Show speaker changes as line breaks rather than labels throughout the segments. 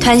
传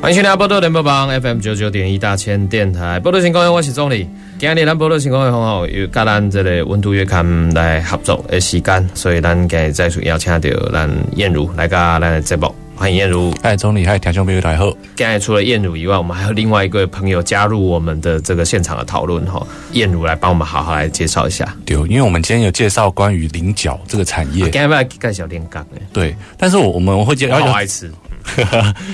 欢迎收听波多联播帮 FM 九九点一大千电台，波多新公园，我是钟理。今日咱波多新公园很好，有甲咱这个温度月刊来合作的时间，所以咱今日再次邀请到咱燕如来甲咱的节目，欢迎燕如。
嗨，总理，嗨，听众朋友大家好。
刚才除了燕如以外，我们还有另外一个朋友加入我们的这个现场的讨论哈。燕如来帮我们好好来介绍一下。
对，因为我们今天有介绍关于菱角这个产业
今，天要不要介绍连杠呢？
对，但是我我们会介
我好
邀
爱吃，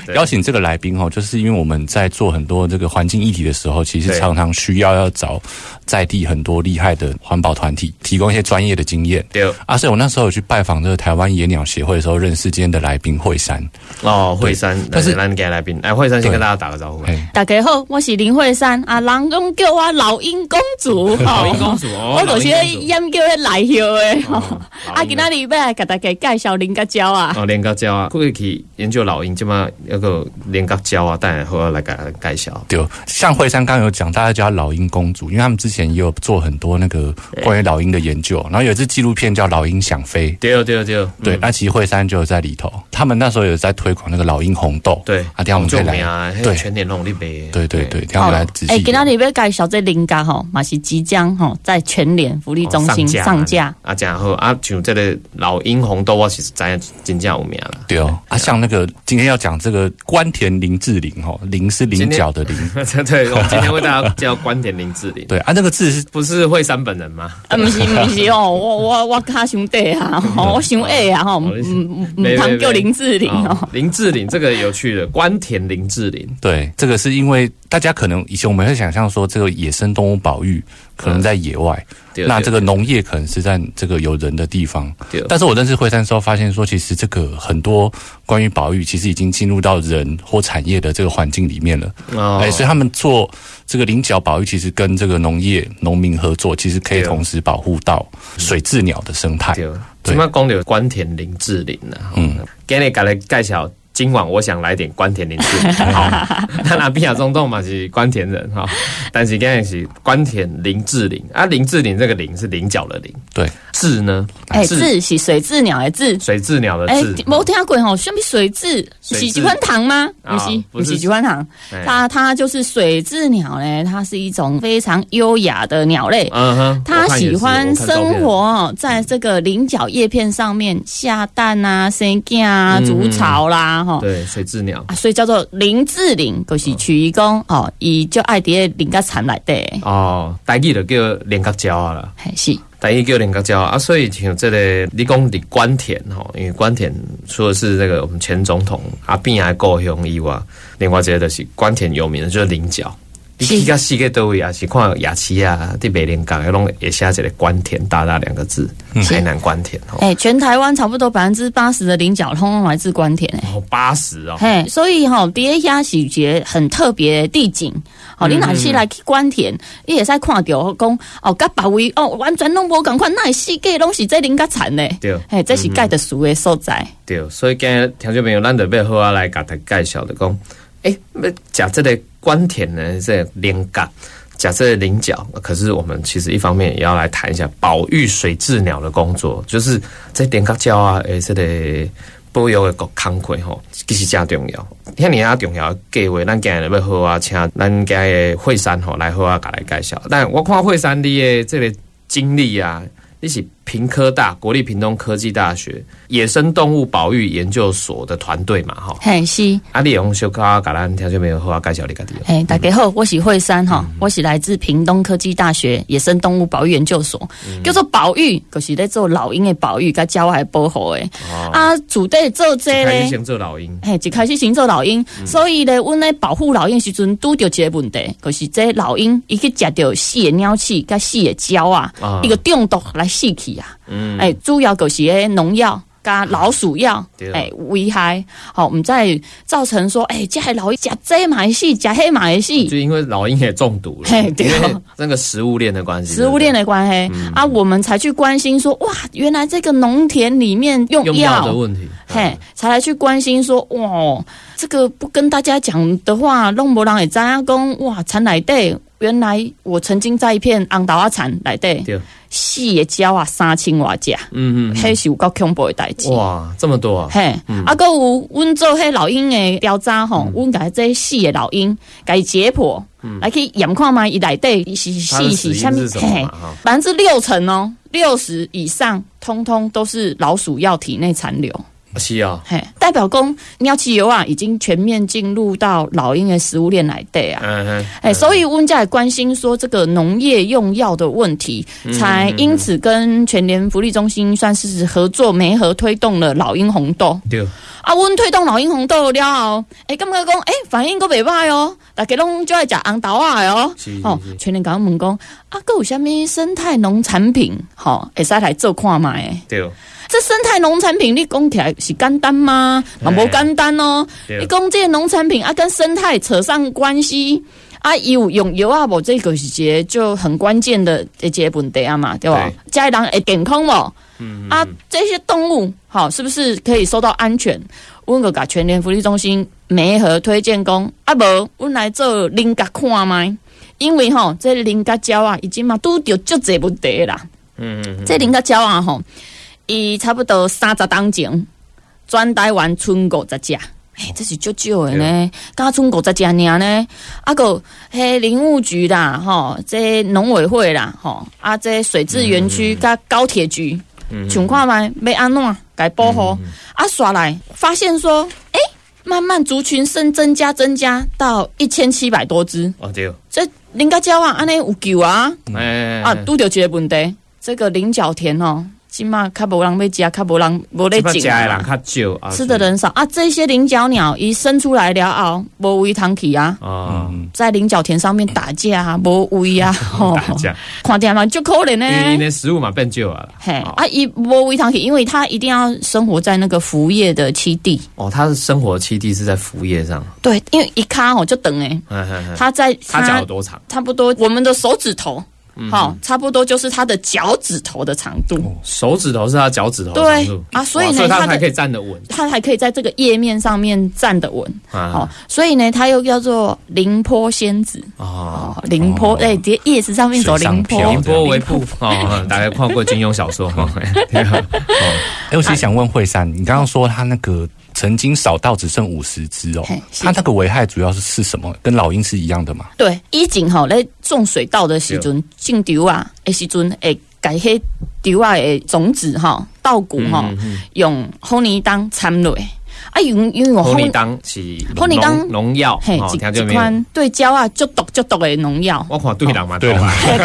对
邀请这个来宾哦，就是因为我们在做很多这个环境议题的时候，其实
对
常常需要要找在地很多厉害的环保团体，提供一些专业的经验。
对
啊，所以我那时候有去拜访这个台湾野鸟协会的时候，认识今天的来宾惠山。
哦，惠山，但
但
是
是
咱今天来宾，哎，惠山先
对
跟大家打个招呼。
哎，
大家好，我是林慧珊，啊，人拢叫我老鹰公主，
老鹰公
吼。
主，
我
我
就是迄研究迄内hiệu的 吼，
老
啊，
鹰
今仔日要来甲大家介绍林甲鸟啊，
哦，连角胶啊，过去研究老鹰，即嘛那个连角胶啊，等下后来给咱介绍。
对，像惠山刚刚有讲，大家叫她老鹰公主，因为他们之前也有做很多那个关于老鹰的研究，然后有一支纪录片叫《老鹰想飞》，
对对对，
对，
嗯
那其实惠山就有在里头，他们那时候有在推广那个老鹰红豆，
对，
啊，等一下我们可以
救命
来，
啊，那个
对
全脸拢你白。
对对对，，等一下我们来仔细
诶，今仔日要介绍这林甲吼，嘛是即将吼在全联福利中心
哦
上架，
啊，真好啊，像这个老鹰红豆，我是知影真正有名啦。
对哦，啊，像那个今天要讲这个关田林志玲哦，林是菱角的菱，
对对，我们今天为大家介绍观点林志玲，
对啊，那个字是
不是惠山本人吗？
啊，毋是毋是哦，我我我卡伤低啊， 吼，我伤矮啊，吼，毋
哦你 是
毋毋
没没
通叫
没
林志玲哦。
哦林志玲这个有趣的，关田林志玲，
对，这个是因为大家可能以前我们会想象说，这个野生动物保育可能在野外，
对
那
对
这个农业可能是在这个有人的地方
对。
但是我认识惠山的时候，发现说，其实这个很多关于保育，其实已经进入到人或产业的这个环境里面了。
哦
哎、所以他们做这个菱角保育，其实跟这个农业农民合作，其实可以
对哦嗯
同时保护到水蛭鸟的生态。
对，哦
对
今麦哎讲到关田林志玲啊，嗯
嗯，
给你给来介绍，今晚我想来点关田林志 玲。好，那那比亚中洞嘛是关田人哈，但是今天是关田林志玲啊，林志玲这个林是菱角的菱，
对，
志呢？
诶，志是水蛭鸟的志，
水蛭鸟的
哎，
志。
无听过吼，什么水蛭
水蛭
是几款糖吗？
啊
不是，
不
不
是
是几款糖，
哎
它它就是水蛭鸟嘞，它是一种非常优雅的鸟类。
嗯哼，
它
我看也
喜
是
欢生。活
我
哦在这个菱角叶片上面下蛋啊、生蛋啊、
嗯
筑巢啦，
看照
哈
片对，水蛭鸟。
啊，所以叫做林志玲，就是取一公哦，伊就爱伫个菱角田内底，
哦，台语就叫菱角鸟啊啦，
嘿是
台语叫菱角鸟啊，所以像这个你讲李关田吼，因为关田除了是这个我们前总统阿扁的故乡以外，另外一个就是关田有名的就是菱角。你
是
去到世界都位也是看雅琪啊，伫北连港，拢会写一个关田大大两个字，台南关田吼，
哎，全台湾差不多百分之八十的菱角通通来自关田诶。
哦八十哦，
嘿，所以吼、伫咧遐是有一个很特别的地景。吼、
嗯
你若是来去关田，你会使看到讲哦，甲别位哦，完全拢无共款，那世界拢是这林甲田嘞。
对嗯
嘿，这是盖的树的所在。
对，所以今日听众朋友，咱就要好啊来甲他介绍的讲，诶、要食这个关田的这个菱角，食这个菱角，可是我们其实一方面也要来谈一下保育水质鸟的工作，就是这菱角鸟啊，诶，这个保育的工工课吼，其实真重要。遐尼啊重要的计划，咱今日要好啊，请咱家的惠山吼来好啊，甲来介绍。但我看惠山你的这个经历啊，你是屏科大国立屏东科技大学野生动物保育研究所的团队嘛，哈。
嘿，是。
啊，你用小可甲咱听众朋友好啊，介绍你家己哦。
哎，大家好，我是惠山哈，
嗯
我是来自屏东科技大学野生动物保育研究所，
嗯
叫做保育，就是咧做老鹰的保育，甲鸟海保护的。啊，主队做这个
哦一开始
咧。
先做老鹰，
嘿，一开始先做老鹰，
嗯
所以咧，阮咧保护老鹰的时阵，拄着一个问题，就是这老鹰伊去食着死的鸟鼠、甲死的鸟啊
啊，嗯
伊个中毒来死去啊。哎，主要就是迄农药。加老鼠药
对，
哎、危害，好、我们再造成说，哎、这还老鹰，假这马来西假黑马来西
就因为老鹰也中毒了，
嘿对
因为那个食物链的关系，
食物链
的
的关系、
嗯
啊，我们才去关心说，哇，原来这个农田里面用
用药的
药。
问题，
嘿，才来去关心说，哇，这个不跟大家讲的话，弄不让也知啊，讲哇，产奶地，原来我曾经在一片红豆啊产奶地
嗯，对，
四个鸟啊三千外只，
嗯嗯
迄是有够恐怖的代志
嗯，。哇，这么多啊，
嘿，啊，搁有阮做迄老鹰的调查吼，
嗯
阮甲这四个老鹰甲伊解剖，来去验看嘛，伊内底是
它的
是
死
是
嗯因是什么嘛？哈，
百分之六成哦，六十以上，通通都是老鼠药体内残留。
是啊，
嘿，代表公鸟鸡油啊，已经全面进入到老鹰的食物链来对啊。
嗯哼，
哎、所以温家也关心说这个农业用药的问题，才因此跟全联福利中心算是合作，媒合推动了老鹰红豆。
对，
啊，阮推动老鹰红豆了后，哎、感觉讲，哎、反应阁袂歹哦，大家拢就爱食红豆啊哦
是。
哦
是是，
全年甲阮问讲，啊，阁有啥物生态农产品，吼、会使来做看卖诶。
对，
这生态农产品你讲起来是简单吗？啊，
哎
无简单哦。
对
你讲这个农产品啊，跟生态扯上关系。啊，伊有用药啊，无这个是一个就很关键的一个问题啊嘛，对吧
对？
家人会健康无？啊，这些动物好、是不是可以受到安全？阮个甲全联福利中心媒合推荐讲，啊无，阮来做灵甲看麦，因为吼、这灵甲鸟啊，已经嘛拄着足侪问题啦。
嗯嗯，
这林甲鸟啊吼，伊差不多三十当前，全台湾剩五十只。哎，这是足少的呢，刚剩五十只尔呢。啊个，嘿林务局啦，吼，这农委会啦，吼，啊这水质园区甲高铁局，想看卖要安怎该保护。啊，刷来发现说，哎，慢慢族群生增加增加到一千七百多只，
哦对，
这林甲鸟啊，安尼有救啊！
哎
啊，拄着一个问题，这个菱角田哦，即马较无人要食，较无人无咧
食
种
的
啊，
人较少啊，
吃的人少啊。这些菱角鸟一生出来了后，无位通去啊，
啊，
在菱角田上面打架啊，无位啊，吼
打架，
看点嘛，就可怜呢、
因为因为食物嘛变少啊啦，
嘿，啊，伊无位通去，因为它一定要生活在那个服务业的栖地。
哦，他的生活栖地是在服务业上，
对，因为一卡吼就等诶，
嗯嗯嗯，
它在
他脚有多嗯长？
差不多我们的手指头，好、差不多就是它的脚趾头的长
哦
度。
手指头是他脚趾头的
对
长度
啊所以呢
哇所以
他
他
的
才可以站得稳
它还可以在这个页面上面站得稳，哦
啊，
所以呢，它又叫做凌波仙子
啊。
哦，凌波哎，直接叶子上面走
水上
凌
漂
波
凌，波微步哦，大概看过金庸小说 哈，对啊
哎，我其实想问惠山，你刚刚说他那个曾经少到只剩五十只哦
嘿，是
他那个危害主要是是什么？跟老鹰是一样的吗？
对，以前吼咧种水稻的时阵，种稻啊的时阵，会改迄稻啊的种子吼，稻谷吼，
嗯
用红泥当掺落，啊用用 用
红泥
红
当是
红泥当
农农药，
嘿
哦，听
一
就
一
没有。
款对鸟啊足毒足毒的农药。
我看对人嘛，
对
懂啊，
对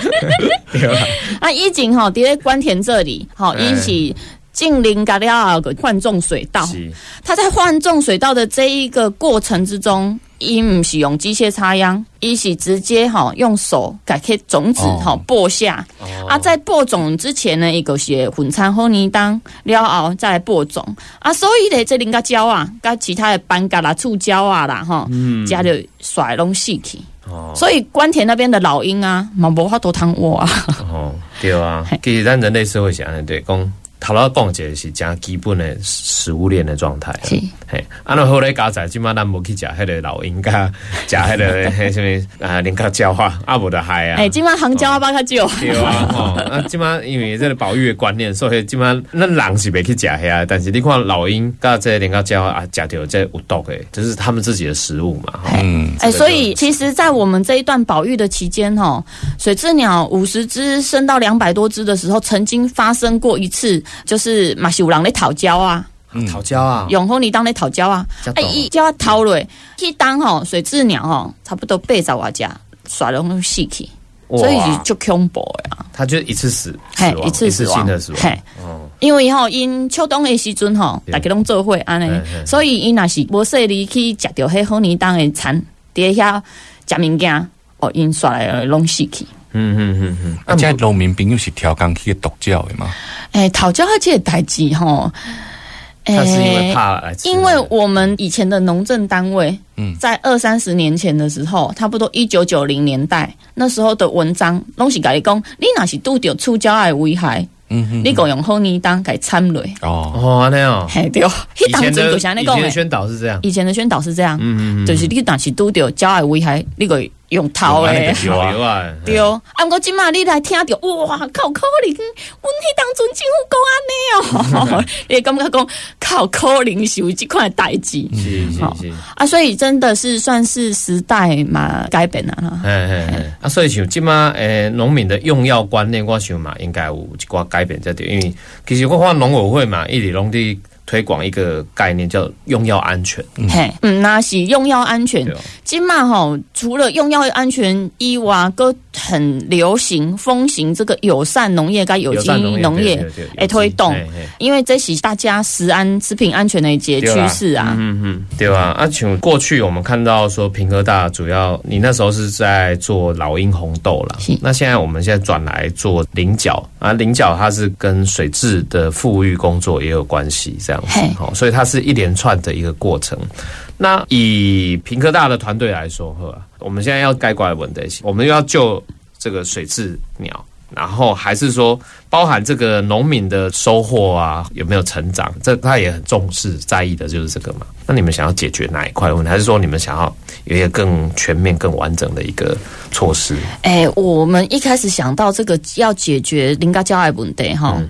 对 啊，以前吼，伫咧关田这里，吼，伊是近邻甲了后换种水稻，
是
他在换种水稻的这一个过程之中，伊毋是用机械插秧，伊是直接吼用手改去种子
哦
吼播下，啊，在播种之前呢，伊就是混掺混泥当了后再来播种啊，所以咧，这林甲鸟啊，甲其他的斑甲啦、触鸟啊啦吼，加着甩拢死去。
哦
所以关田那边的老鹰啊，嘛无法度通窝啊。
哦，对啊，其实咱人类社会是安尼对，讲头先讲一个是真基本的食物链的状态啊。
是
嘿，啊，那后来加载，即马咱无去食迄个老鹰甲， 食迄个迄什物啊，林甲鸟啊，啊无得害啊。
哎，今晚杭椒啊，巴较少。
对啊，吼、啊，即马因为这个保育的观念，所以即马咱人是袂去食遐，但是你看老鹰甲这林甲鸟啊，食着这有毒的，就是他们自己的食物嘛。吼
嗯，
哎、所以其实，在我们这一段保育的期间，哦，水雉鸟五十只升到两百多只的时候，曾经发生过一次，就是马是有人咧讨胶啊，
桃胶啊，
永红泥当咧讨胶啊，
这么
哎、
多
伊叫它掏落，去当吼水雉鸟吼，差不多八十外只，耍拢死去，所以
哇
就恐怖的啊，
它就一次死，
嘿
死，亡
一次死
性
亡
的死，亡。
嘿。
哦，
因为吼，因秋冬的时阵吼，
对
大家拢做伙安尼
嗯嗯，
所以因若是无说你去食着迄好年当的餐，伫遐食物件，哦，因刷来拢死去。
嗯嗯嗯嗯，
啊，即农民朋友是调工去毒鸟的嘛？
诶，讨教他这个代志吼，诶
他是因为怕来吃，
因为我们以前的农政单位，嗯，在二三十年前的时候，差不多一九九零年代，那时候的文章拢是甲你讲，你若是拄着触礁的危害，
嗯哼，
你讲用好泥当给掺落，
哦，
哦安尼哦，
嘿对，迄
以
当
前
阵
的
就
以
是安尼
前
讲的
的。宣导是这样，
以前的宣导是这样，
嗯嗯嗯，
就是你若是拄着礁的危害，你个用头
用安尼
嘞
就。
有啊，
对，啊，毋过即马你来听着，哇靠，可能，阮迄当阵政府讲安 尼哦，你会感觉讲靠可能是有即款代志
是是
好
是，
啊，所以真的是算是时代嘛改变啊啦。
哎哎哎，啊，所以像即马诶，农民的用药观念，我想嘛，应该有一寡改变才对，因为其实我看农委会嘛，一直拢伫推广一个概念叫用药安全，
嘿，嗯，那是用药安全
对哦，
今嘛吼，除了用药安全以外，搁很流行风行这个友善农业、该有机
善农业
农业
对对对有
诶
机哎
推动
嘿嘿，
因为这是大家食安、食品安全的一个
对啦
趋势啊。
嗯嗯，对吧、啊？像过去我们看到说，平科大主要你那时候是在做老鹰红豆啦
是，
那现在我们现在转来做菱角啊，菱角它是跟水质的富裕工作也有关系，这样子
嘿，
好、所以它是一连串的一个过程。那以平科大的团队来说，呵，我们现在要盖过来文德西，我们又要救这个水质鸟，然后还是说包含这个农民的收获啊，有没有成长，这他也很重视在意的就是这个嘛。那你们想要解决哪一块的问题，还是说你们想要有一个更全面、更完整的一个措施？
哎、我们一开始想到这个要解决林家教爱问题哈，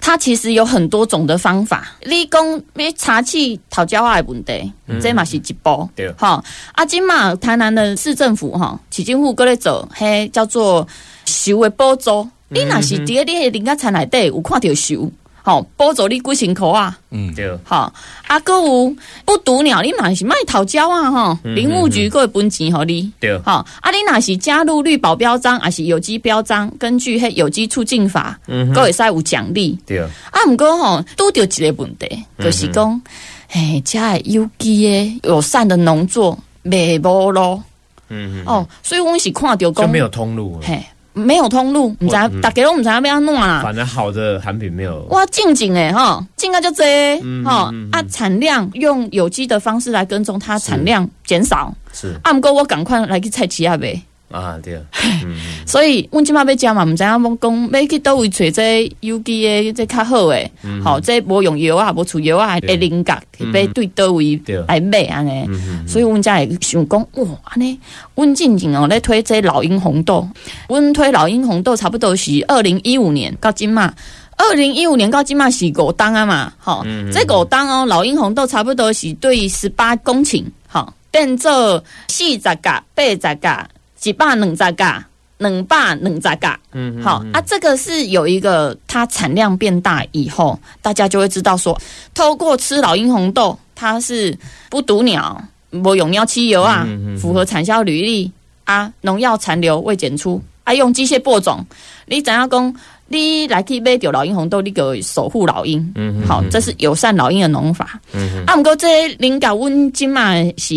它其实有很多种的方法。你讲要查起讨教爱问题，这嘛是一步
对
哈。啊，今嘛台南的市政府哈，市政府搁咧做嘿叫做树的补助。你若是伫咧你的林家田内底有看到树，吼补助你几千箍啊。
对，
吼，啊，搁有不毒鸟，你若是卖头鸟啊，吼，
嗯
林务局搁会分钱互你，
对
吼，啊，你若是加入绿保标章，还是有机标章，根据迄有机促进法，
嗯
搁会使有奖励。
对，
啊，毋过吼，拄着一个问
嗯
题，就是讲，嘿，遮的有机的友善的农作卖无咯，
嗯，
哦，所以阮是看着
就
讲，
没有通路了，
嘿，没有通路，毋知道
嗯
大家拢毋知影要安怎啦。
反而好的产品没有。
哇，进进诶，吼，进啊就多
嗯
吼
嗯嗯
啊，产量用有机的方式来跟踪它产量减少，
是
啊，毋过我赶快来去菜市啊呗。
啊，对，嗯，
所以，阮即马要食嘛，毋知影要讲要去倒位找这有机的这较好诶，吼、这无用药啊，无除药啊，
嗯对嗯
会灵感要对倒位
对
来买安尼。
嗯
所以阮才会想讲，哇，安尼，阮进前哦咧推这老鹰红豆，阮推老鹰红豆差不多是二零一五年到今嘛。二零一五年到今嘛是五档啊嘛，吼、
嗯
这五档哦，老鹰红豆差不多是对十八公顷，吼、变做四十甲、八十甲、一百两十甲、两百两十甲，
嗯
好、啊，这个是有一个它产量变大以后，大家就会知道说，透过吃老鹰红豆，它是不毒鸟、无用鸟汽油啊，
嗯嗯嗯
符合产销履历啊，农药残留未检出啊，用机械播种，你怎样讲？你来去买着老鹰红豆，你就守护老鹰。
嗯
好，这是友善老鹰的农法。
嗯
啊，毋过这领导阮即嘛是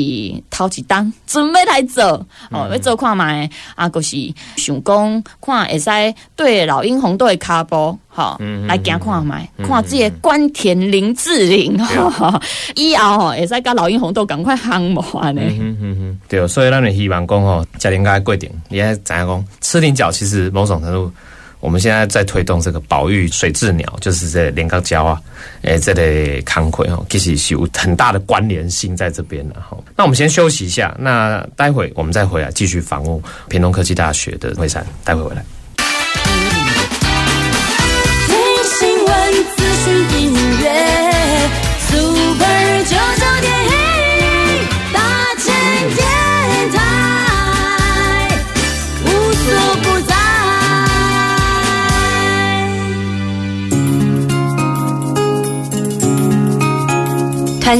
头一档，准备来做哦，
嗯
要做看卖啊，就是想讲看会使对老鹰红豆的骹步吼
嗯嗯
来行看卖，
嗯
看即个关田林志玲吼，以后吼会使甲老鹰红豆赶快项目安尼。
嗯嗯嗯，对，所以咱也希望讲吼，家庭该规定，你也怎样讲，吃菱角其实某种程度，我们现在在推动这个保育水质鸟，就是这连角礁啊，诶，这类康葵吼，其实是有很大的关联性在这边的哈。吼那我们先休息一下，那待会我们再回来继续访问屏东科技大学的惠山，待会回来。
听新闻，资讯、音乐，Super 九九点一，大千电台，无所不在。
传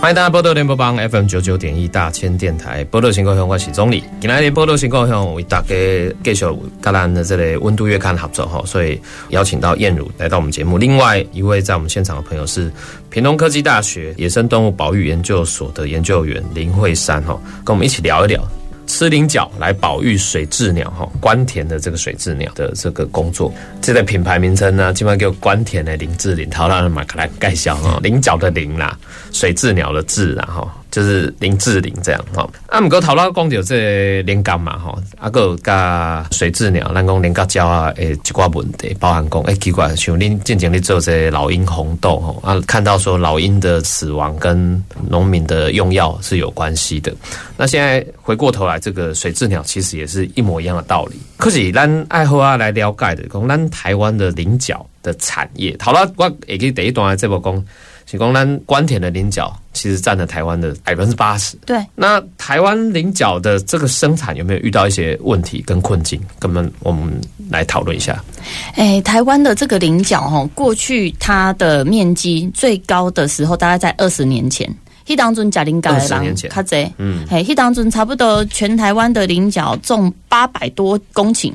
欢迎大家波多联播帮 FM 九九点一大千电台波多新故乡，我是钟理。今天的波多新故乡为大家介绍跟咱的这类温度月刊合作哈，所以邀请到燕如来到我们节目。另外一位在我们现场的朋友是屏东科技大学野生动物保育研究所的研究员林慧珊哈，跟我们一起聊一聊吃菱角来保育水雉鸟哈，关田的这个水雉鸟的这个工作，这个品牌名称呢，基本上叫关田的林志玲，好，让马克来盖销哈，菱角的菱啦，水雉鸟的雉啦哈，就是林志玲这样哈。啊，毋过头先讲到这个连港嘛吼，啊还有甲水雉鸟，咱讲连港鸟啊诶一寡问题，包含讲诶、奇怪，像恁进前咧做这个老鹰红豆吼，啊看到说老鹰的死亡跟农民的用药是有关系的。那现在回过头来，这个水雉鸟其实也是一模一样的道理。可是咱爱好啊来了解的，讲咱台湾的菱角的产业，头啦，我会记第一段的这部讲，是讲咱关田的菱角其实占了台湾的百分之八十。
对，
那台湾菱角的这个生产有没有遇到一些问题跟困境？跟我们我们来讨论一下。
哎、台湾的这个菱角哈，过去它的面积最高的时候，大概在二十年前。迄当阵假菱角的
20
人
年前
较侪，嗯，嘿，迄当阵差不多全台湾的菱角种八百多公顷，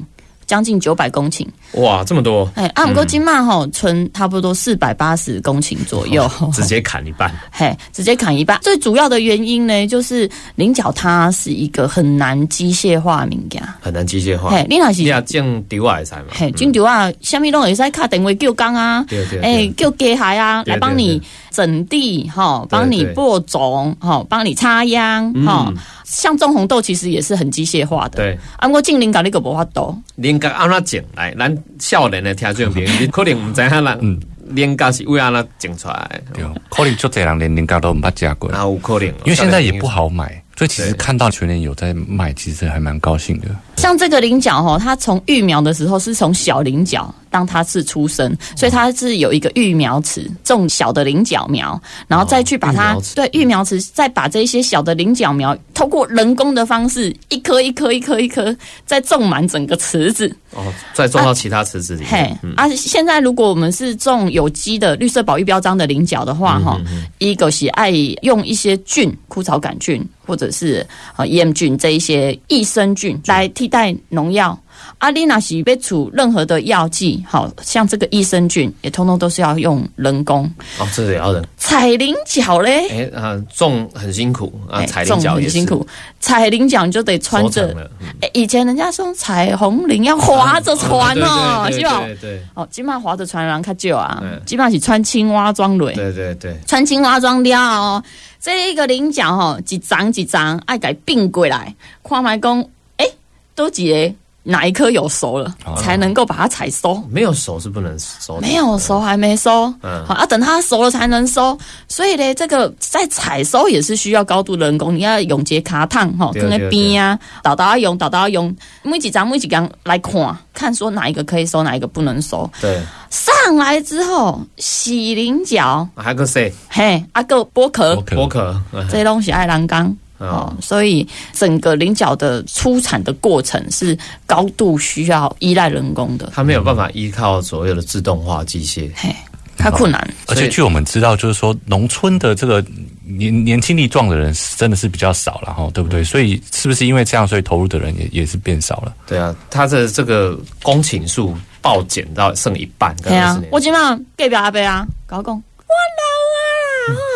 将近九百公顷。
哇，这么多，
哎，啊，
嗯
毋过今嘛吼，存差不多四百八十公顷左右。
哦直接砍一半。
嘿，直接砍一半。最主要的原因呢，就是菱角它是一个很难机械化的物件。
很难机械化，
嘿，你若是
你要种丢啊，才嘛。
嘿，军球啊，虾米拢会使敲电话叫工啊
对对，对
哎，叫机械啊，
对
来帮你整地哈，帮你
对嗯
播种哈，帮你插秧哈。像种红豆其实也是很机械化的，
对。
啊，不过近邻搞你个无法度，
连角安怎种来？咱少年的听众朋友， 你可能毋知影人
嗯
连角是为安怎种出来的，
对，哦可能就这两年连家都没吃过，
哪有可能？
嗯
哦
因为现在也不
好，
好买，所以其实
对
看到全年有在卖，其实还蛮高兴的。
像这个菱角哈，它从育苗的时候是从小菱角，当它是出生，所以它
哦
是有一个育苗池，种小的菱角苗，然后再去把
哦育
它、
苗池嗯
对育苗池，再把这些小的菱角苗，透过人工的方式，一颗一颗一颗一颗，再种满整个池子。
哦，再种到其他池子里
嘿
面，，嗯
啊，现在如果我们是种有机的绿色保育标章的菱角的话，
嗯
哈、一个是爱用一些菌，枯草杆菌或者是呃厌菌这一些益生菌来替代农药。啊阿丽娜喜被处任何的药剂，好像这个益生菌也通通都是要用人工
哦，这个也要人，
采菱角嘞。
哎啊，种很辛苦啊，
哎
踩菱
种
角
很
也是
辛，苦，采菱角你就得穿
手
着
长。了，嗯
哎以前人家说彩虹菱要划着船哦，
对
是吧？
对对
哦，即马划着船人较少啊
嗯，
即马是穿青蛙装落，
对对对
穿青蛙装了哦。这一个菱角吼，一张一张爱给并过来，看卖讲，诶，多几个哪一颗有熟了，
哦
才能够把它采收。
没有手是不能收的，
没有熟还没收，
哦嗯
好啊，等它熟了才能收。所以呢，这个在采收也是需要高度人工，你要用节卡烫吼，
对
跟那边啊，倒倒要用，倒倒要用，每几张每几张来看，看说哪一个可以收，哪一个不能收。
对，
上来之后洗菱角，
还可谁
嘿，啊个剥壳，
剥壳？嗯
这些东西爱蓝缸。哦，所以整个菱角的出产的过程是高度需要依赖人工的，
它没有办法依靠所有的自动化机械，
嘿，它困难。
所
而且
以
据我们知道，就是说农村的这个年年轻力壮的人是真的是比较少了哈，对不对？所以是不是因为这样，所以投入的人也也是变少了？
对啊，它的这个工勤数暴减到剩一半，跟
嘿
二十
啊
年，
我今晚隔壁阿伯啊，甲我讲，我老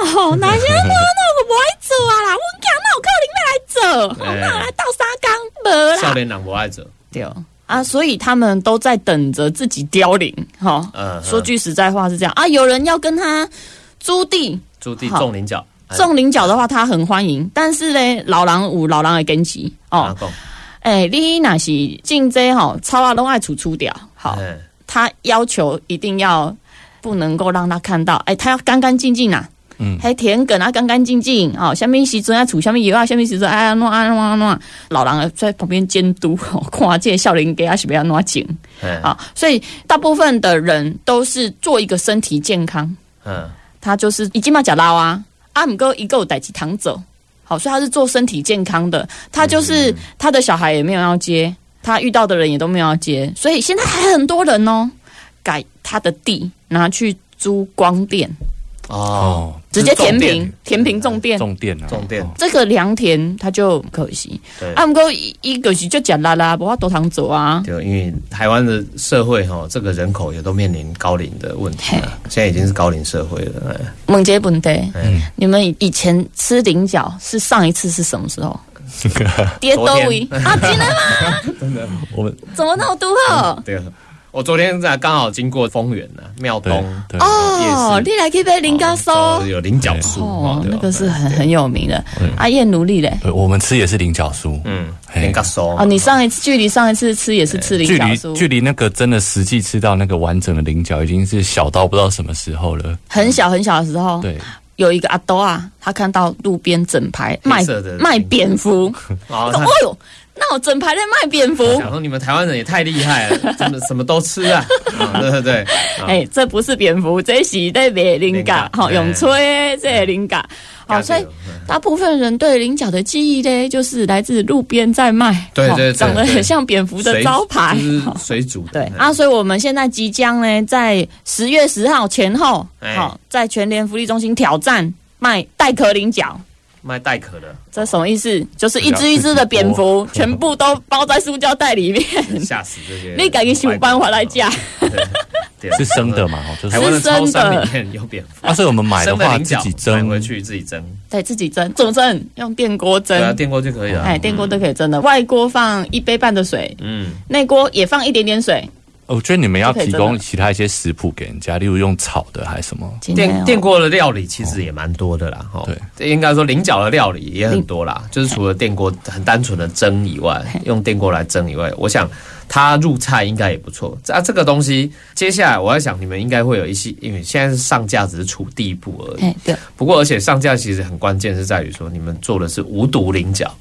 啊， 哦，哪些我那我不爱做啊啦，我讲那有可能要来做，
哎
我那来倒沙缸无
少
啦，
年人不爱做，
对啊，所以他们都在等着自己凋零，哈，
嗯，
说句实在话是这样啊，有人要跟他租地
嗯朱棣
好
种菱角，
种菱角的话，他很欢迎，但是呢，老狼有老狼的根基哦
啊，，讲
哎、你若是进这吼，草啊拢爱除除掉，好，
嗯
他要求一定要不能够让他看到，哎、他要干干净净呐。嗯，还田埂啊，干干净净哦。下面时阵啊，处下面油啊，下面时阵哎安怎安怎安怎，老人在旁边监督，哦、看这个少年家是不要安怎种
嗯
啊、所以大部分的人都是做一个身体健康，
嗯，
他就是已经嘛假捞啊，啊姆哥一个有逮起躺走，好，所以他是做身体健康的，他就是、
嗯
他的小孩也没有要接，他遇到的人也都没有要接，所以现在还很多人哦，改他的地拿去租光电，
哦，
直接填
这是重
平
点，
填平重电。
重电啊，
重 电
哦
这个良田它就很可惜，
对
啊，不过伊伊就是就食力啦，无法多通做啊。
对，因为台湾的社会哈，这个人口也都面临高龄的问题了，现在已经是高龄社会了。哎
问一个问题，
嗯
你们以前吃菱角是上一次是什么时候？跌兜 围啊！真的吗？
我们
怎么那么多啊好？
对，我昨天在刚好经过丰原呢，啊庙
对
东
对
哦，你来去买菱角酥
就是有菱角树
哦，
啊对吧啊
那个是很很有名的。阿燕努力嘞，
对，我们吃也是菱角酥，
嗯
嘿
菱角树
哦，你上一次距离上一次吃也是吃菱
距
角
离距
酥，
离那个真的实际吃到那个完整的菱角，已经是小到不知道什么时候了。
很小很小的时
哦
候，
对，
有一个阿多啊，他看到路边整排卖
黑色的
卖蝙蝠，
啊
他说：“
他
哦呦，那我整排在卖蝙蝠。
想说你们台湾人也太厉害 了，真的什么都吃啊，啊对对对，啊
哎、这不是蝙蝠，这是在卖菱
菱
角
角，
好
哎
永吹这菱角。好，所以
嗯
大部分人对菱角的记忆呢，就是来自路边在卖，
对
好
对对
长得很
对
像蝙蝠的
水
招牌
就。是
好
水煮
对
的嗯
啊，，所以我们现在即将呢，在十月十号前后，
哎
好，在全联福利中心挑战卖带壳菱角。
卖带壳的，
这什么意思？就是一只一只的蝙
哎
蝠，全部都包在塑胶袋里面，
吓死这些。
你赶紧想办法来嫁。
哦对？对啊
是生的 嘛？哦，就
台湾
是
的超商里面有蝙蝠，
啊，所以我们买的
生的
话
菱
自
角
己
买
蒸
回，去自己蒸，
对自己蒸，怎么蒸？用电锅蒸
对。啊，电锅就可以了。
哎，电锅都可以蒸的，外锅放一杯半的水，
嗯，
内锅也放一点点水。
我觉得你们要
就可以
提
蒸
供
了
其他一些食谱给人家，例如用炒的还是什么。
嗯电
哦
电锅的料理其实也蛮多的啦，哈。对，应该说菱角的料理也很多啦，就是除了电锅很单纯的蒸以外，用电锅来蒸以外，我想它入菜应该也不错。啊，这个东西接下来我在想，你们应该会有一些，因为现在是上架只是处第一步而已。
哎，对，
不过，而且上架其实很关键是在于说，你们做的是无毒菱角，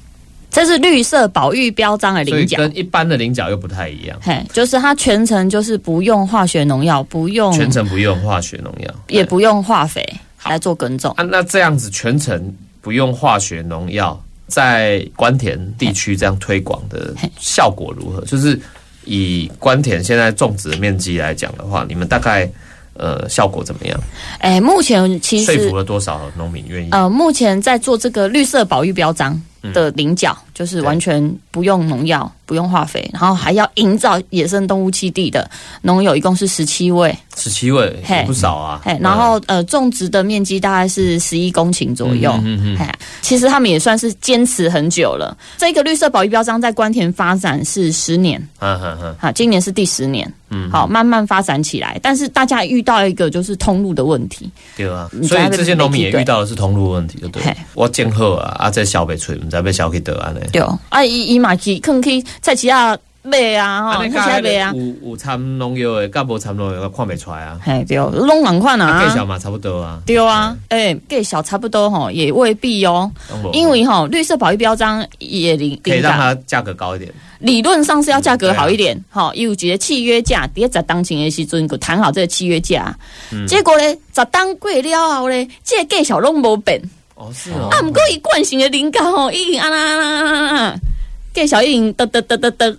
这是绿色保育标章的
所以
菱角。
跟一般的菱角又不太一样，
嘿，就是它全程就是不用化学农药，不用
全程不用化学农药，
也不用化肥
好
来做耕种。
啊，那这样子全程不用化学农药，在关田地区这样推广的
嘿
效果如何？就是以关田现在种植的面积来讲的话，你们大概呃效果怎么样？
哎，目前其
说
实
服了多少农民愿意？
呃，目前在做这个绿色保育标章
嗯
的菱角，就是完全不用农药、不用化肥，然后还要营造野生动物栖地的农友，一共是十七位。
十七位
嘿
也不少啊。
哎，然后呃，种植的面积大概是十一公顷左右。
嗯嗯嗯
哎，其实他们也算是坚持很久了。这个绿色保育标章在关田发展是十年，
嗯，嗯嗯
哈，今年是第十年，嗯，好，慢慢发展起来。但是大家遇到一个就是通路的问题，
对啊
嗯，
所以这些农民也遇到的是同路问题，就对了
嘿。
我见好啊，啊在小北村，唔知被小去得安嘞。
对，啊，伊伊嘛去坑去菜市啊卖啊，吼，
啊，
菜
你
市啊
看
卖啊，
有有掺农药的，甲无掺农药的看不出来啊，
嘿，对，拢人款
啊，计小
啊。
嘛差不多啊，
对啊，诶、计小差不多吼，也未必哦，
都没有
因为吼绿色保育标章也零
可以
零
让
感
它价格高一点。
理论上是要价格好一点，
啊
好、有一个契约价，第一十当前的时阵，佮谈好这个契约价。
嗯
结果呢，十当过了后呢，这个价小拢无变。
哦，是哦
啊，毋过伊惯性的灵感吼，已经啊啦啦啦啦啦，价小已经得得得得得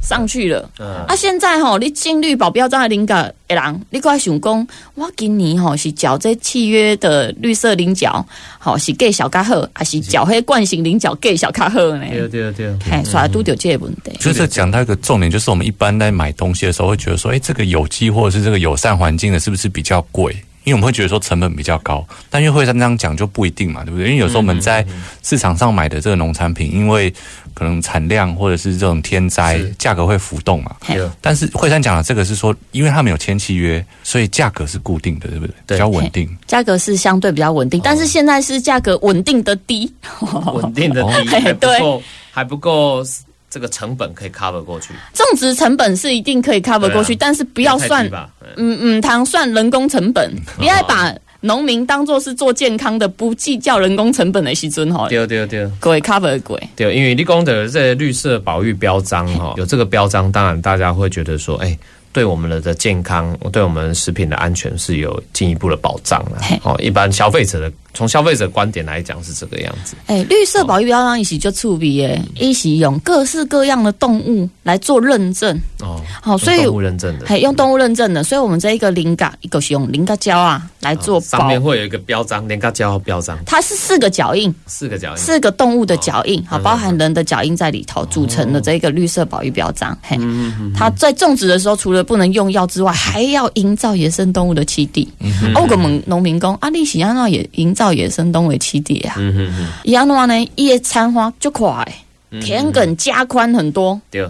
上去了。
嗯
啊，现在吼、你进绿保标章的灵感的人，你搁爱想讲，我今年吼、是缴这契约的绿色菱角，吼、是价小较好，还是缴迄惯性菱角价小较好呢？
对嗯对对，
嘿，所以拄着这个问题。
就是讲到一个重点，就是我们一般在买东西的时候会觉得说，哎，这个有机或者是这个友善环境的，是不是比较贵？因为我们会觉得说成本比较高，但因为会这样讲就不一定嘛，对不对？因为有时候我们在市场上买的这个农产品，因为可能产量或者是这种天灾
是，
价格会浮动嘛。
嘿
对
但是惠山讲的这个是说，因为他们有签契约，所以价格是固定的，对不对？
对
比较稳定。
价格是相对比较稳定，但是现在是价格稳定的低，
稳定的低，还不够，还不够这个成本可以 cover 过去，
种植成本是一定可以 cover
对啊
过去，但是不要
太低
算，
吧。嗯
嗯嗯，糖算人工成 本，你要把农民当做是做健康的，不计较人工成本的时阵吼，
对对对
鬼 cover 鬼，
对，因为立功的这绿色保育标章哈，有这个标章，当然大家会觉得说，哎。对我们的健康，对我们食品的安全是有进一步的保障啦
嘿。
哦，一般消费者的从消费者观点来讲是这个样子。
哎、绿色保育标章一起就触笔耶，一起用各式各样的动物来做认证，
哦，
好，所以
用动物认证的，
嘿用动物认证的，所以我们这一个灵感，一个是用灵感胶啊来做
哦上
保，
面会有一嗯个标章，连个叫标章，
它是四个脚印，
四个脚印。
四个动物的脚印，好，
嗯
包含人的脚印在里
哦
头，组成的这个绿色保育标章。嘿，
嗯
它在种植的时候，除了不能用药之外，还要营造野生动物的栖地。
嗯
啊，我个农农民工，啊，你是安怎也营造野生动物的栖地啊？
嗯哼哼，
伊安怎呢？伊的餐花就快，
嗯
田埂加宽很多。
对，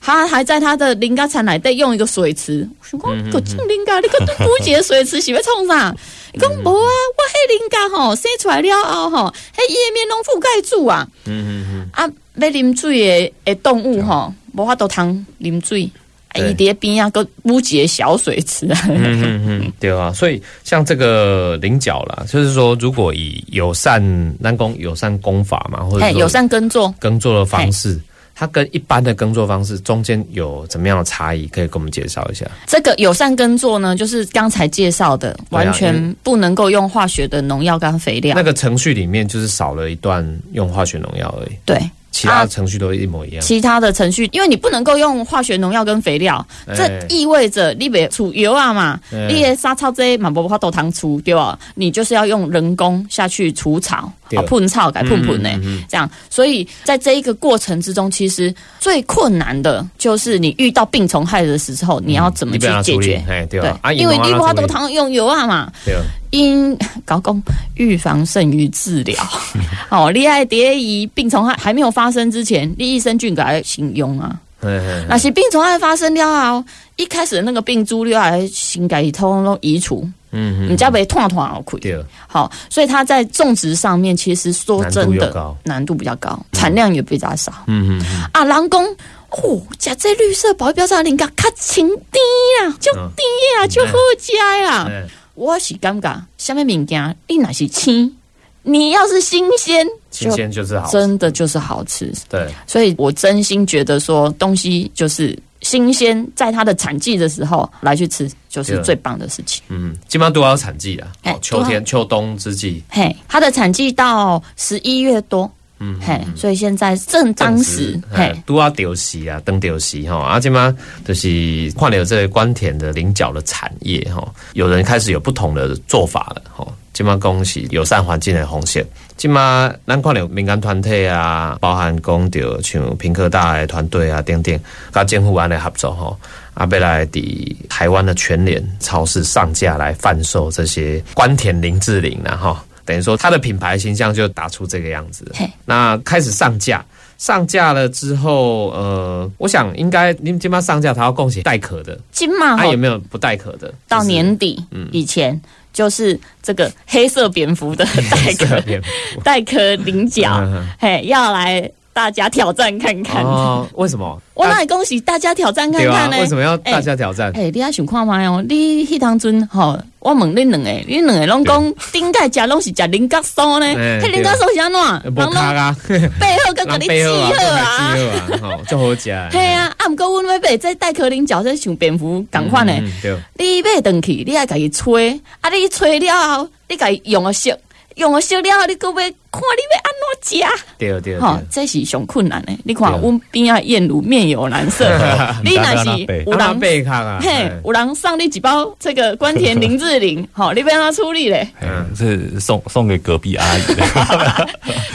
他还在他的林家田内底用一个水池，我想
嗯
讲，个种林家，你个都不解水池是要创 啥？伊讲
嗯
无啊，我迄林家吼生出来了后吼，迄叶面拢覆盖住啊，
嗯哼
啊，要啉水的的动物吼，无法度通啉水，啊，
对
伊伫咧边啊，个捂一个小水池啊，
哼， 嗯哼哼，对啊。所以像这个菱角啦，就是说，如果以友善南工友善工法嘛，或者
哎，
说
友善耕作，
耕作的方式，它跟一般的耕作方式中间有怎么样的差异？可以给我们介绍一下。
这个友善耕作呢，就是刚才介绍的，完
啊因
全不能够用化学的农药跟肥料
那，个程序里面就是少了一段用化学农药而已，
对。
其他
啊
的程序都一模一样。
其他的程序，因为你不能够用化学农药跟肥料，
哎
这意味着你别除油啊嘛，
哎
你的沙草这嘛无法度糖除对吧？你就是要用人工下去除草
对嗯
啊，喷草改喷喷呢，这样。所以在这一个过程之中，其实最困难的就是你遇到病虫害的时候，你要怎么
嗯你
去
不要
解
处理
决？
哎，对
对
吧？啊，，
因为你
你
无法度糖用油啊嘛，
对啊，
因搞讲预防胜于治 疗，哦，你爱蝶伊病虫害还没有发生之前，你益生菌给它先用啊。
嘿嘿
那些病虫害发生了后，一开始的那个病株你还先给它通通移除，
嗯嗯，
你才袂断断而溃。
对啊，
好，所以它在种植上面其实说真
难度又
的
高
难度比较高，产量也比较少。
嗯嗯嗯，
啊，人讲哦，食这绿色保育标章，人家较清甜啊，就
嗯
甜啊，就好食啊啦。
哎
我是感觉，什么物件你若是青，你要是新鲜，
新鲜就是好
就，真的就是好吃。
对，
所以我真心觉得说，东西就是新鲜，在它的产季的时候来去吃，就是
对
最棒的事情。
嗯，基本上都要产季啊，
哎
哦秋
都要
天、秋冬之际，
嘿，它的产季到十一月多，
嗯，
嘿，所以现在正当时，嘿
哎，，都要丢席啊，登丢席哈，啊，今嘛就是换了这个关田的菱角的产业哈，有人开始有不同的做法了哈。今嘛恭喜友善环境的红线，今嘛咱看了民间团体啊，包含讲着像平科大的团队啊等等，甲政府安的合作吼，啊，要来伫台湾的全联超市上架来贩售这些关田林志玲啊哈。等于说，它的品牌形象就打出这个样子
嘿。
那开始上架，上架了之后，呃，我想应该你们今妈上架，它要供写带壳的，
金马吼
它、有啊没有不带壳的？
啊到
就是嗯
年底以前。就是这个黑色蝙蝠 的带
这
壳
边
带壳菱角
嗯嗯，
嘿，要来大家挑战看看。
哦，为什么？
我
大
那恭喜大家挑战看
对
看
啊，
呢、
为什么要大家挑战？
哎、你还想看卖哦？你迄当阵吼，我问恁两个，恁两个拢讲顶届食拢是食菱角酥呢？
哎
迄菱角酥是安
呃
怎？
不卡啊，
背后跟甲 你
背
记
后啊，
好啊！
背后啊，吼，就好假。
嘿啊，啊，毋过阮要买这带壳菱角，这像蝙蝠共款诶。
嗯，嗯对，
你买回去，你爱家己吹，啊，你吹了后，你家己用个色，用个色了后，你搁要看你要安怎食。
对对啊
吼
对，。
这是上困难的。你看
对啊
阮边啊燕如面有蓝 色，你若是有
啊
人
贝卡啊，
嘿
哎，
有人送你一包这个关田林志玲， 好、你要安怎处理 嘞？
哎
嗯
是送送给隔壁阿姨的，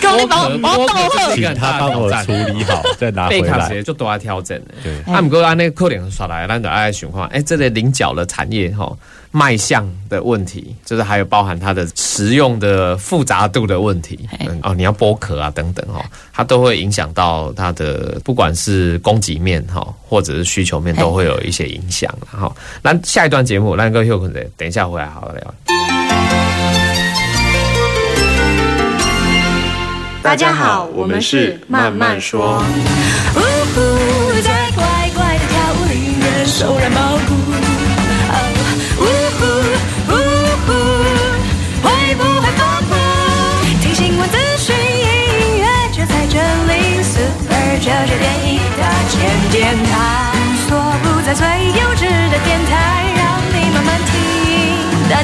讲你帮我帮我倒好
这，个
请
很大
她
的
帮我
挑战
处理好，再拿 回
贝卡
来
直。接就大家调整的。
对
哎
啊，毋过安尼可能刷来，咱就爱想看，哎、这个菱角的产业吼，卖相的问题，就是还有包含它的食用的复杂度的问题，
嘿
嗯、哦，你要剥壳啊等等哦，它都会影响到它的不管是供给面哈、哦，或者是需求面，
嘿
都会有一些影响哈、哦。那下一段节目，咱哥休息一下，等一下回来好好聊。
大家好，我们是慢慢说。
呜呼，在怪怪的跳舞，令人手软毛骨。哦，呜呼，呜呼，会不会跑步？听新闻资讯，音乐就在这里，Super 九九点一的全电台，错不在最优质的电台，让你慢慢听的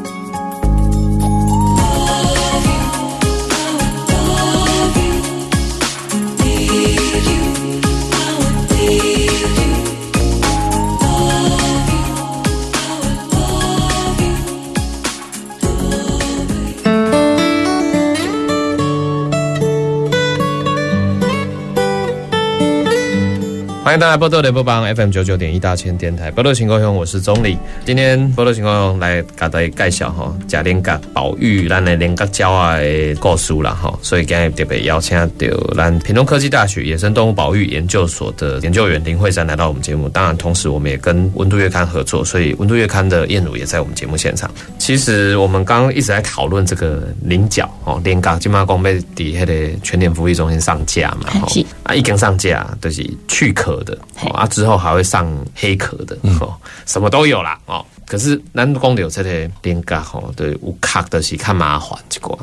欢迎大家波多联播帮 FM 九九点一大千电台波多情高雄，我是钟礼。今天波多情高雄来给大家介绍吼，假连角保育咱的连角鸟啊的故事啦吼，所以今日特别邀请到咱屏东科技大学野生动物保育研究所的研究员林慧珊来到我们节目。当然，同时我们也跟温度月刊合作，所以温度月刊的燕如也在我们节目现场。其实我们刚刚一直在讨论这个菱角哦，菱角金马公被底下的全联福利中心上架嘛，吼
是
啊，一根上架就是去壳的，哦、啊之后还会上黑壳的，哦，什么都有啦，哦。可是咱讲到这个连角吼，对，有壳就是较麻烦一寡。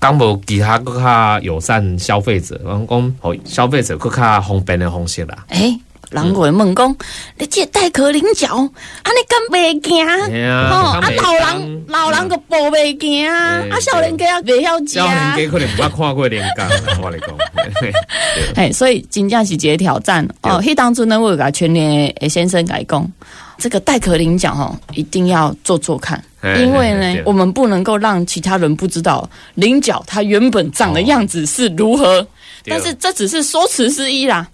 讲无其他搁较友善消费者，讲讲吼消费者搁较方便的方式啦。
诶、人人会问讲，你这带壳菱角，安尼敢袂惊？
嘿啊
吼啊
敢袂
老人
惊
老人个步袂行啊，
对
啊少年家也袂
嗯
晓
少年
食，啊
家可能毋捌看过连角，我来讲。
嘿，哎所以真正是一个挑战哦。迄当初呢，我有甲全年诶先生甲伊讲，这个带壳菱角吼，一定要做做看，
嘿
因为
嘿嘿
呢
对，
我们不能够让其他人不知道菱角它原本长的样子是如
哦
何，但是这只是说辞之一啦。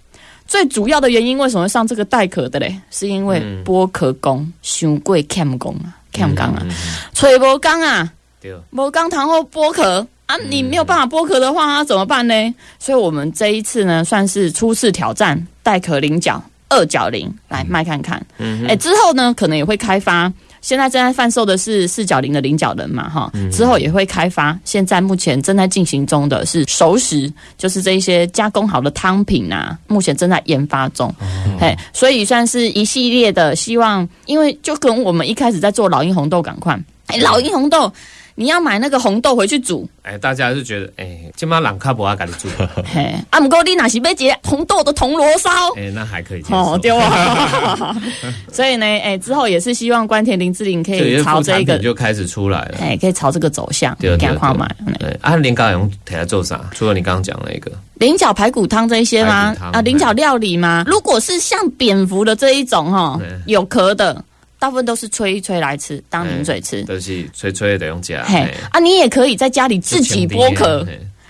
最主要的原因为什么会上这个带壳的嘞？是因为
嗯
剥壳工、伤贵欠工啊、欠工
嗯
啊、吹无工啊、
对，
无工然后剥壳啊，你没有办法剥壳的话，那怎么办呢？所以我们这一次呢，算是初次挑战带壳菱角、二角菱来卖看看。哎、之后呢，可能也会开发。现在正在贩售的是四角菱的菱角人嘛，哈，之后也会开发。现在目前正在进行中的是熟食，就是这一些加工好的汤品啊，目前正在研发中。嘿，所以算是一系列的希望，因为就跟我们一开始在做老鹰红豆赶快，哎，老鹰红豆。你要买那个红豆回去煮，
哎、大家是觉得，哎、今麦人较无爱 家己煮，
嘿，啊，不过你若是要一个红豆的铜锣烧，
哎、那还可以接受。
哦，对啊。 所以呢，哎，之后也是希望关田林志玲可
就有
以
些
朝
副
哎这一
产
个
品，就开始出来了。
哎，可以朝这个走向，
对啊对
赶快
对
买。嗯
对，啊，林高用提来做啥？除了你刚刚讲那个，
菱角排骨汤这一些
排
吗
骨汤？哎
啊，菱角料理吗？如果是像蝙蝠的这一种哈
对，
有壳的，大部分都是吹一吹来吃，当零嘴吃。
就是吹吹的用加，
嘿
哎，
啊，你也可以在家里自己剥壳，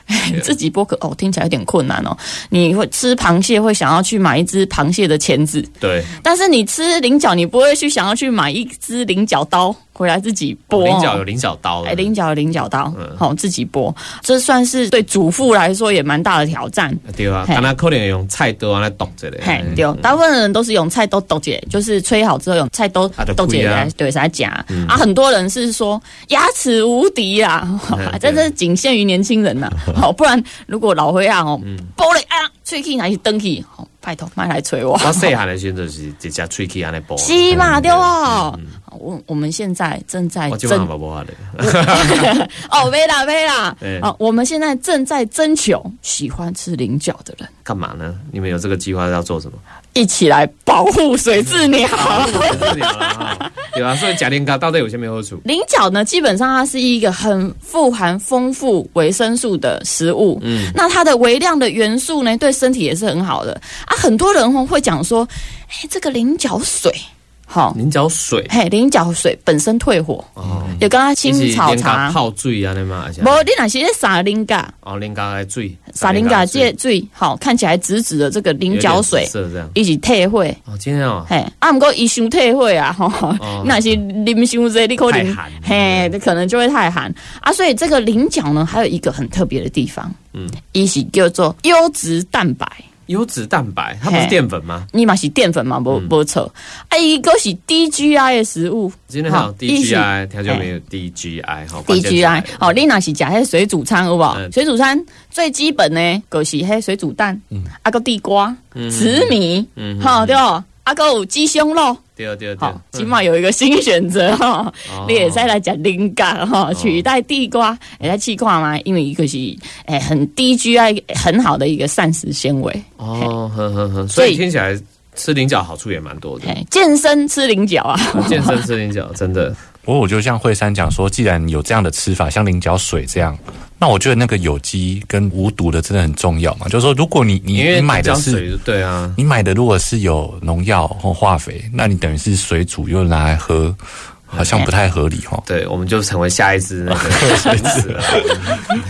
嘿
自己剥壳哦，听起来有点困难哦。你会吃螃蟹，会想要去买一只螃蟹的钳子，
对，
但是你吃菱角，你不会去想要去买一只菱角刀回来自己剥、哦。
菱角有菱角刀的，
哎，菱角有菱角刀
嗯，
好、自己剥，这算是对主妇来说也蛮大的挑战。
对啊，
嘿
敢若可能用菜刀来剁一下。
嘿
哎，
对，大部分人都是用菜刀剁姐，就是吹好之后用菜刀
啊就
剁姐
开啊
来对来夹啊。很多人是说牙齿无敌 啊，
嗯
这
对
这仅限于年轻人 呐。好，不然如果老灰啊哦，
嗯
剥了啊，吹气拿去登去，好拜托，卖来吹我。
我细汉的时阵就是直接喙齿安尼剥。
是嘛对哦，
哎嗯
我我们现在正在
我今
争
晚无无 的，
哦，没啦没啦
哎，
啊，我们现在正在征求喜欢吃菱角的人，
干嘛呢？你们有这个计划要做 什么？
一起来保护水质鸟。
是你啦哈对啊，所以假菱角到底有些没有 好处？
菱角呢，基本上它是一个很富含丰富维生素的食物。嗯，那它的微量的元素呢，对身体也是很好的啊。很多人哦会讲说，哎、这个菱角水，好、
菱角水
嘿，菱角水本身退火，
哦，
有刚刚
你是
青草
菱角
茶，
泡水安尼嘛？还是
无你若是咧撒菱角，
哦，菱角的水，
撒菱角
芥
这最好看起来直直的这个菱角水，
色这样。
伊是退火，
哦，今天哦，
嘿，啊，毋过伊伤退火啊，吼，
哦
那是啉伤济，你可
太
能
寒
嘿，你可能就会太寒啊。所以这个菱角呢，还有一个很特别的地方，
嗯
嗯，伊是叫做优质蛋白，
优质蛋白，它不是
嘿
淀粉吗？
你嘛是淀粉嘛，无
嗯
无错，啊，伊个是 DGI 的食物，
今天还有
好意思
DGI，它就没有 DGI 哈
DGI，哦，你若是食迄水煮餐有无
嗯？
水煮餐最基
嗯
本呢，就是迄水煮蛋，啊个地瓜、紫米，吼对无？啊啊，还有鸡胸肉。
对对对
好，，起码有一个新选 择哈
哦，
你也再来讲灵感哈，取代地瓜，也来气化嘛，因为一个是诶很低 GI 很好的一个膳食纤维，
哦，呵呵呵，所
所以
以听起来吃菱角好处也蛮多的，
诶健身吃菱角啊，
健身吃菱角真的，
不过我就像惠山讲说，既然有这样的吃法，像菱角水这样，那我觉得那个有机跟无毒的真的很重要嘛。就是说，如果你你
因为
你买的
姜
是
水，对啊，
你买的如果是有农药或化肥，那你等于是水煮又拿来喝，好
嗯
像不太合理哦。
对，我们就成为下一只那 个水子了，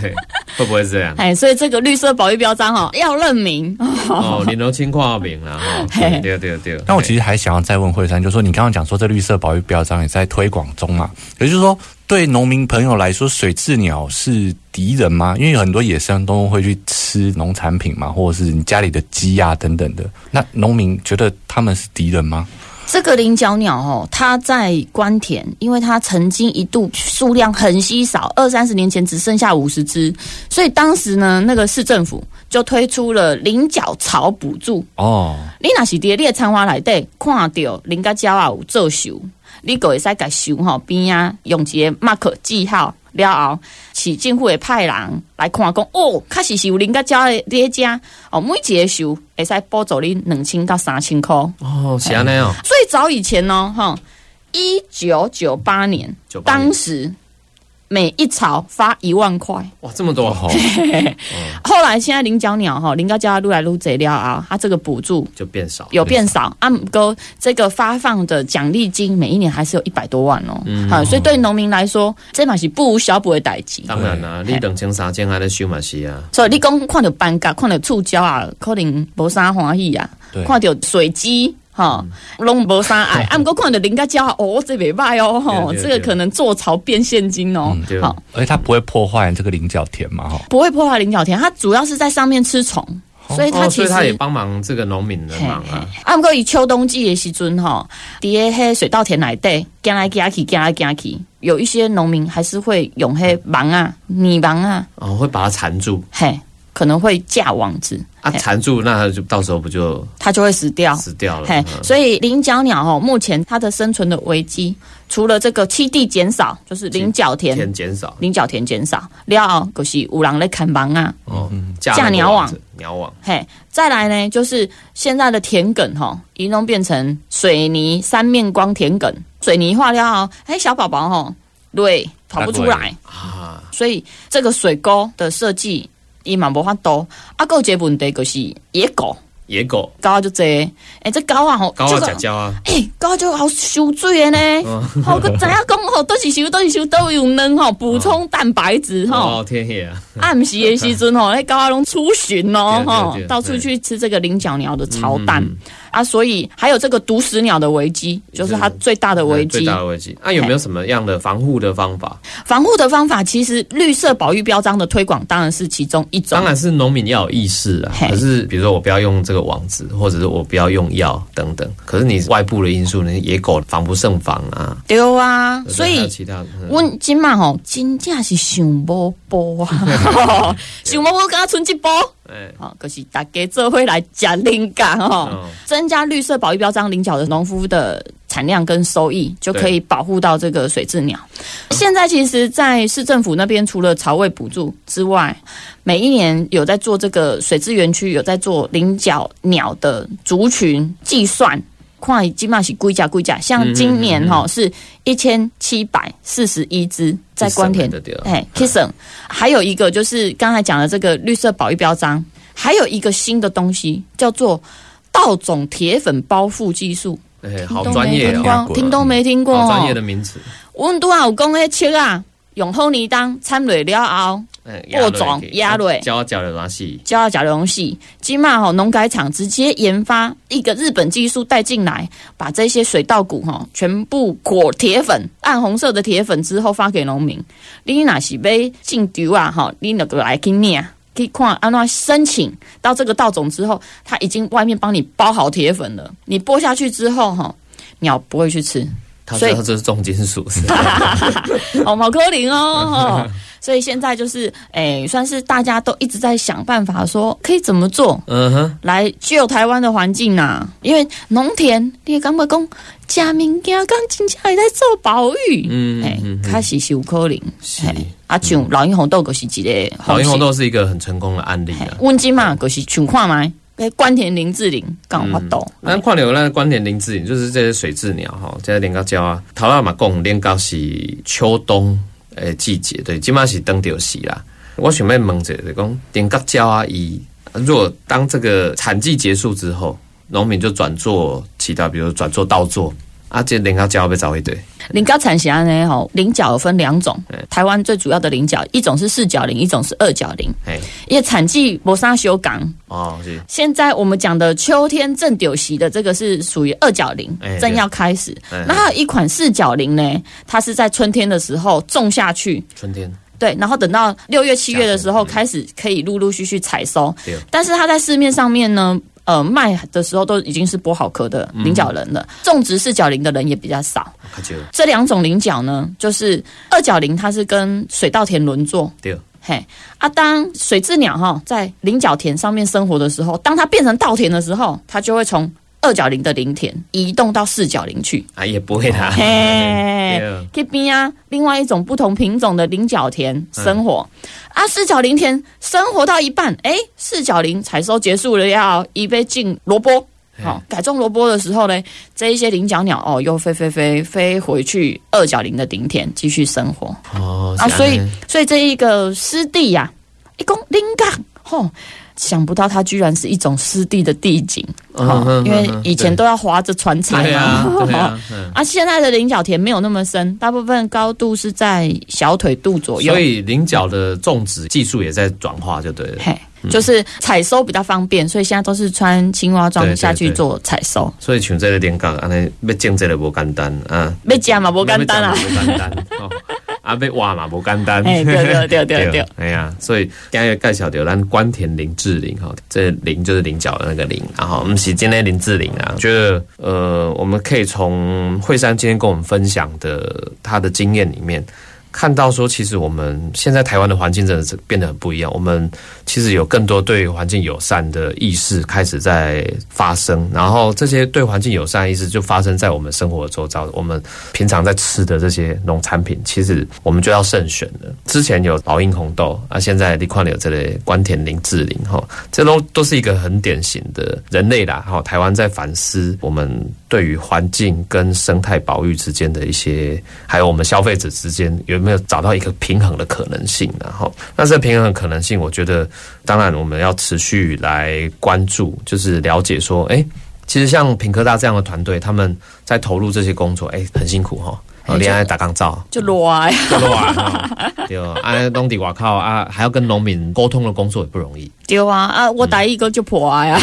对，会不会这样？
哎，所以这个绿色保育标章哦要认明，
哦，林柔清跨名啦，哈，对对对对。
那我其实还想要再问惠山，就是说你刚刚讲说这绿色保育标章也在推广中嘛，也就是说对农民朋友来说，水蛭鸟是敌人吗？因为有很多野生动物会去吃农产品嘛，或者是你家里的鸡呀、等等的，那农民觉得他们是敌人吗？
这个菱角鸟哦，它在关田，因为它曾经一度数量很稀少，二三十年前只剩下五十只，所以当时呢，那个市政府就推出了菱角草补助。
哦，
你若是伫你的餐花内底看到人家鸟啊有做秀，你就会使甲秀吼边啊用一个 mark 记号了后，市政府会派人来看讲，哦，确实是有人家鸟的伫遮哦，每一个秀会使补助你两千到三千块。
哦，是安尼哦，
最早以前呢，哈，一九九八年，
98
当时每一巢发一万块。
哇，这么多吼，
后来现在菱角鸟哈，菱角鸟愈来愈侪了啊，它这个补助
就变少，
有变少，
嗯
啊，不过这个发放的奖励金每一年还是有一百多万哦，
嗯
啊，所以对农民来说，这嘛是不无小补的代志。
当然啦，你两千三千还在收嘛是啊，
所以你讲看到斑嘎，看到触礁啊，可能无啥欢喜啊
对；
看到水鸡，哈、
嗯
拢无啥 爱。啊，毋过看到人家礁啊，哦，这袂歹哦，吼，
对对
这个可能做巢变现金哦
嗯
对，
好、
而且它不会破坏这个菱角田嘛，哈、
不会破坏菱角田，它主要是在上面吃虫，所以它
哦，
其
所以
实。
他也帮忙这个农民的忙啊，
啊，毋过伊秋冬季的时阵吼，伫诶迄水稻田内底，行来行去，行来行去，有一些农民还是会用迄网啊、泥网啊，
哦，会把它缠住
嘿，可能会架网子，
啊，缠住，那他就到时候不就
它就会死掉。
死掉了？
嘿，
嗯
哦所以菱角鸟哦，目前它的生存的危机，除了这个栖地减少，就是菱角田
天，减少
菱角田减少了后，就是有人咧砍网啊。
哦，架
架
那个
鸟
子，鸟网
嘿，再来呢，就是现在的田埂哈，移弄变成水泥三面光田埂，水泥化掉哦，哎，小宝宝哈，对，跑不出来，
啊，
所以这个水沟的设计伊嘛无法度。啊，还有一个问题就是野狗，
野狗
狗就多，哎、这狗啊吼，
高
就
啊，
是
假胶啊，
哎、狗就好受罪的 呢，好个知影讲吼，都是收都是收都有能吼，补充蛋白质吼。
哦，天爷啊，
暗时的时阵吼，迄狗仔拢出巡哦
对
吼
对嗯对，
到处去吃这个菱角鸟的巢蛋啊，所以还有这个毒死鸟的危机，就是它最大的危
最
机
大。的危机。那有没有什么样的防护的方法？
防护的方法，其实绿色保育标章的推广当然是其中一种
当。然是农民要有意识啊，
嘿
可是比如说我不要用这个网子，或者是我不要用药等等。可是你外部的因素呢，野狗防不胜防啊。
对啊，
对不对
所
还有
以
其他的，嗯
阮今嘛吼，真正是想无波 啊， 想无波，敢若剩一波。
哎
哦，可、是大家做回来讲灵感哦，
嗯
增加绿色保育标章菱角的农夫的产量跟收益，就可以保护到这个水质鸟。现在其实，在市政府那边除了巢位补助之外，每一年有在做这个水资源区有在做菱角鸟的族群计算。看基本上是归价归价，像今年哈、是一千七百四十一只在关田
是省的对了
哎 k i s s e n 还有一个就是刚才讲的这个绿色保育标章，还有一个新的东西叫做稻种铁粉包覆技术。
哎，好专业
听
哦，
过听都没听过
好
哦。
专业的名词。
阮拄啊有讲迄切啊，用厚泥当掺落了后，
哎
播种压蕊
教教的拉细，
就要假东西。今嘛吼农改场直接研发一个日本技术带进来，把这些水稻谷吼全部裹铁粉，暗红色的铁粉之后发给农民。你若是要进丢啊吼，你那个来去领。可以看安那申请到这个稻种之后，它已经外面帮你包好铁粉了。你播下去之后，哈，鸟不会去吃，
他
所以
说他这是重金属，是吧
哦，毛可林哦，哦所以现在就是，哎、算是大家都一直在想办法说可以怎么做
嗯哼，
来救台湾的环境呐、因为农田，你会感觉讲，食物件讲真正会在做保育，
嗯
嗯，哎、确实是有可能。
是嗯
嘿啊，像老鹰红豆就是一个
老鹰红
方
豆是一个很成功的案例
式，
啊。
阮即嘛就是想看麦，诶，关田林志玲讲法度，
那矿流那观点林志颖就是这些水蛭鸟哈，这些连高礁啊，头拉嘛讲连高是秋冬诶季节，对，即马是登钓时啦。我想要问者就是讲连高礁啊，伊如果当这个产季结束之后，农民就转做其他，比如转做稻作啊，这连高礁被找一堆，
菱角产峡呢吼，菱角有分两种，台湾最主要的菱角，一种是四角菱，一种是二角菱，
嘿，
因为产季无啥修港。
哦是，
现在我们讲的秋天正丢席的这个是属于二角菱
哎，
正要开始。
哎
那还有一款四角菱呢，它是在春天的时候种下去，
春天
对，然后等到六月、七月的时候
夏天嗯
开始可以陆陆续续采收
对。
但是它在市面上面呢，呃，卖的时候都已经是剥好壳的
嗯
菱角人了，种植四角菱的人也比较少。
啊较少，
这两种菱角呢，就是二角菱，它是跟水稻田轮作，
对，
嘿，啊，当水蛭鸟哈在菱角田上面生活的时候，当它变成稻田的时候，它就会从二角菱的菱田移动到四角菱去。
啊也不会 啦，
嘿
对，
这边啊，另外一种不同品种的菱角田生活、啊，四角菱田生活到一半，哎，四角菱采收结束了，要一被进萝卜。好、改种萝卜的时候呢，这一些菱角鸟哦，又飞飞飞飞回去二角菱的顶田继续生活。
哦
啊，
是
所以
安尼
所以这一个湿地呀、哎一共灵感吼，想不到它居然是一种湿地的地景，
嗯
吼
嗯嗯
因为
嗯
以前
对
都要划着船才
对啊
嘛，
对啊，嗯。
啊，现在的菱角田没有那么深，大部分高度是在小腿肚左右，
所以菱角的种植技术也在转化，就对了。
嘿，就是采收比较方便，所以现在都是穿青蛙
对对
装下去
对
做采收。
哦所以像这个菱角，安尼要种这个无简单啊，
要吃嘛不简单啊
要吃嘛不简单，哦啊要挖嘛无简单。
哎对对对 对对，
哎呀，所以今日介绍到咱关田林志玲哈，这林就是菱角的那个林，然后我们是今天林志玲啊，觉得呃，我们可以从惠山今天跟我们分享的她的经验里面。看到说，其实我们现在台湾的环境真的是变得很不一样。我们其实有更多对环境友善的意识开始在发生，然后这些对环境友善的意识就发生在我们生活周遭。我们平常在吃的这些农产品，其实我们就要慎选了。之前有老鹰红豆啊，现在你看有这类关田林志玲哈，这都都是一个很典型的人类啦哈。台湾在反思我们对于呃环境跟生态保育之间的一些，还有我们消费者之间有没有找到一个平衡的可能性然后，那这平衡的可能性，我觉得当然我们要持续来关注，就是了解说，哎、其实像品科大这样的团队，他们在投入这些工作，哎、很辛苦哈。哦，
哎
恋
这
爱打钢照，
就裸啊呀，
对吧？对哦，啊，拢伫外口啊，还要跟农民沟通的工作也不容易。
丢啊啊！
嗯
我打一个就破啊呀，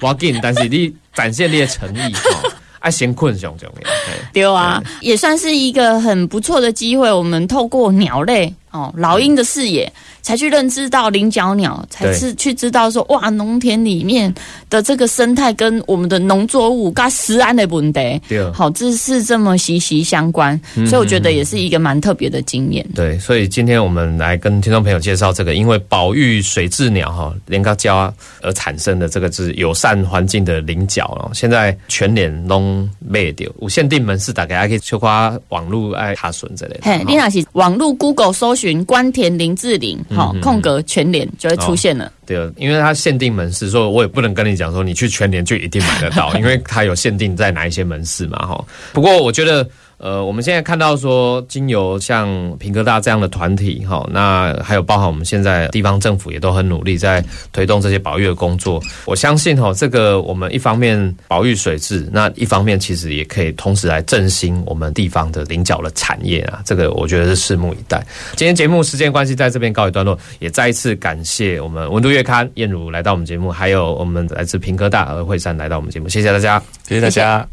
我紧，但是你展现你的诚意哦，啊，先困上重要。嘿
丢啊，也算是一个很不错的机会。我们透过鸟类哦，老鹰的视野，才去认知到菱角鸟，才
对
是去知道说，哇，农田里面的这个生态跟我们的农作物跟食安的问题，
对嗯
好，这是这么息息相关，所以我觉得也是一个蛮特别的经验。
对，所以今天我们来跟听众朋友介绍这个，因为保育水蛭鸟哈连高礁啊而产生的这个是友善环境的菱角哦，现在全年拢卖掉，有限定门市大概还可以去花网络爱卡笋之类的。
嘿，
哦
你那是网络 Google 搜寻关田林志玲，
嗯
好、空格全脸就会出现了。
对，啊因为它限定门市，所以我也不能跟你讲说你去全年就一定买得到，因为它有限定在哪一些门市嘛，哈。不过我觉得，呃，我们现在看到说，经由像平科大这样的团体，哈，那还有包含我们现在地方政府也都很努力在推动这些保育的工作。我相信，哈，这个我们一方面保育水质，那一方面其实也可以同时来振兴我们地方的菱角的产业啊，这个我觉得是拭目以待。今天节目时间关系，在这边告一段落，也再一次感谢我们《温度月刊》燕如来到我们节目，还有我们来自平科大和惠山来到我们节目，谢谢大家。
谢谢大家。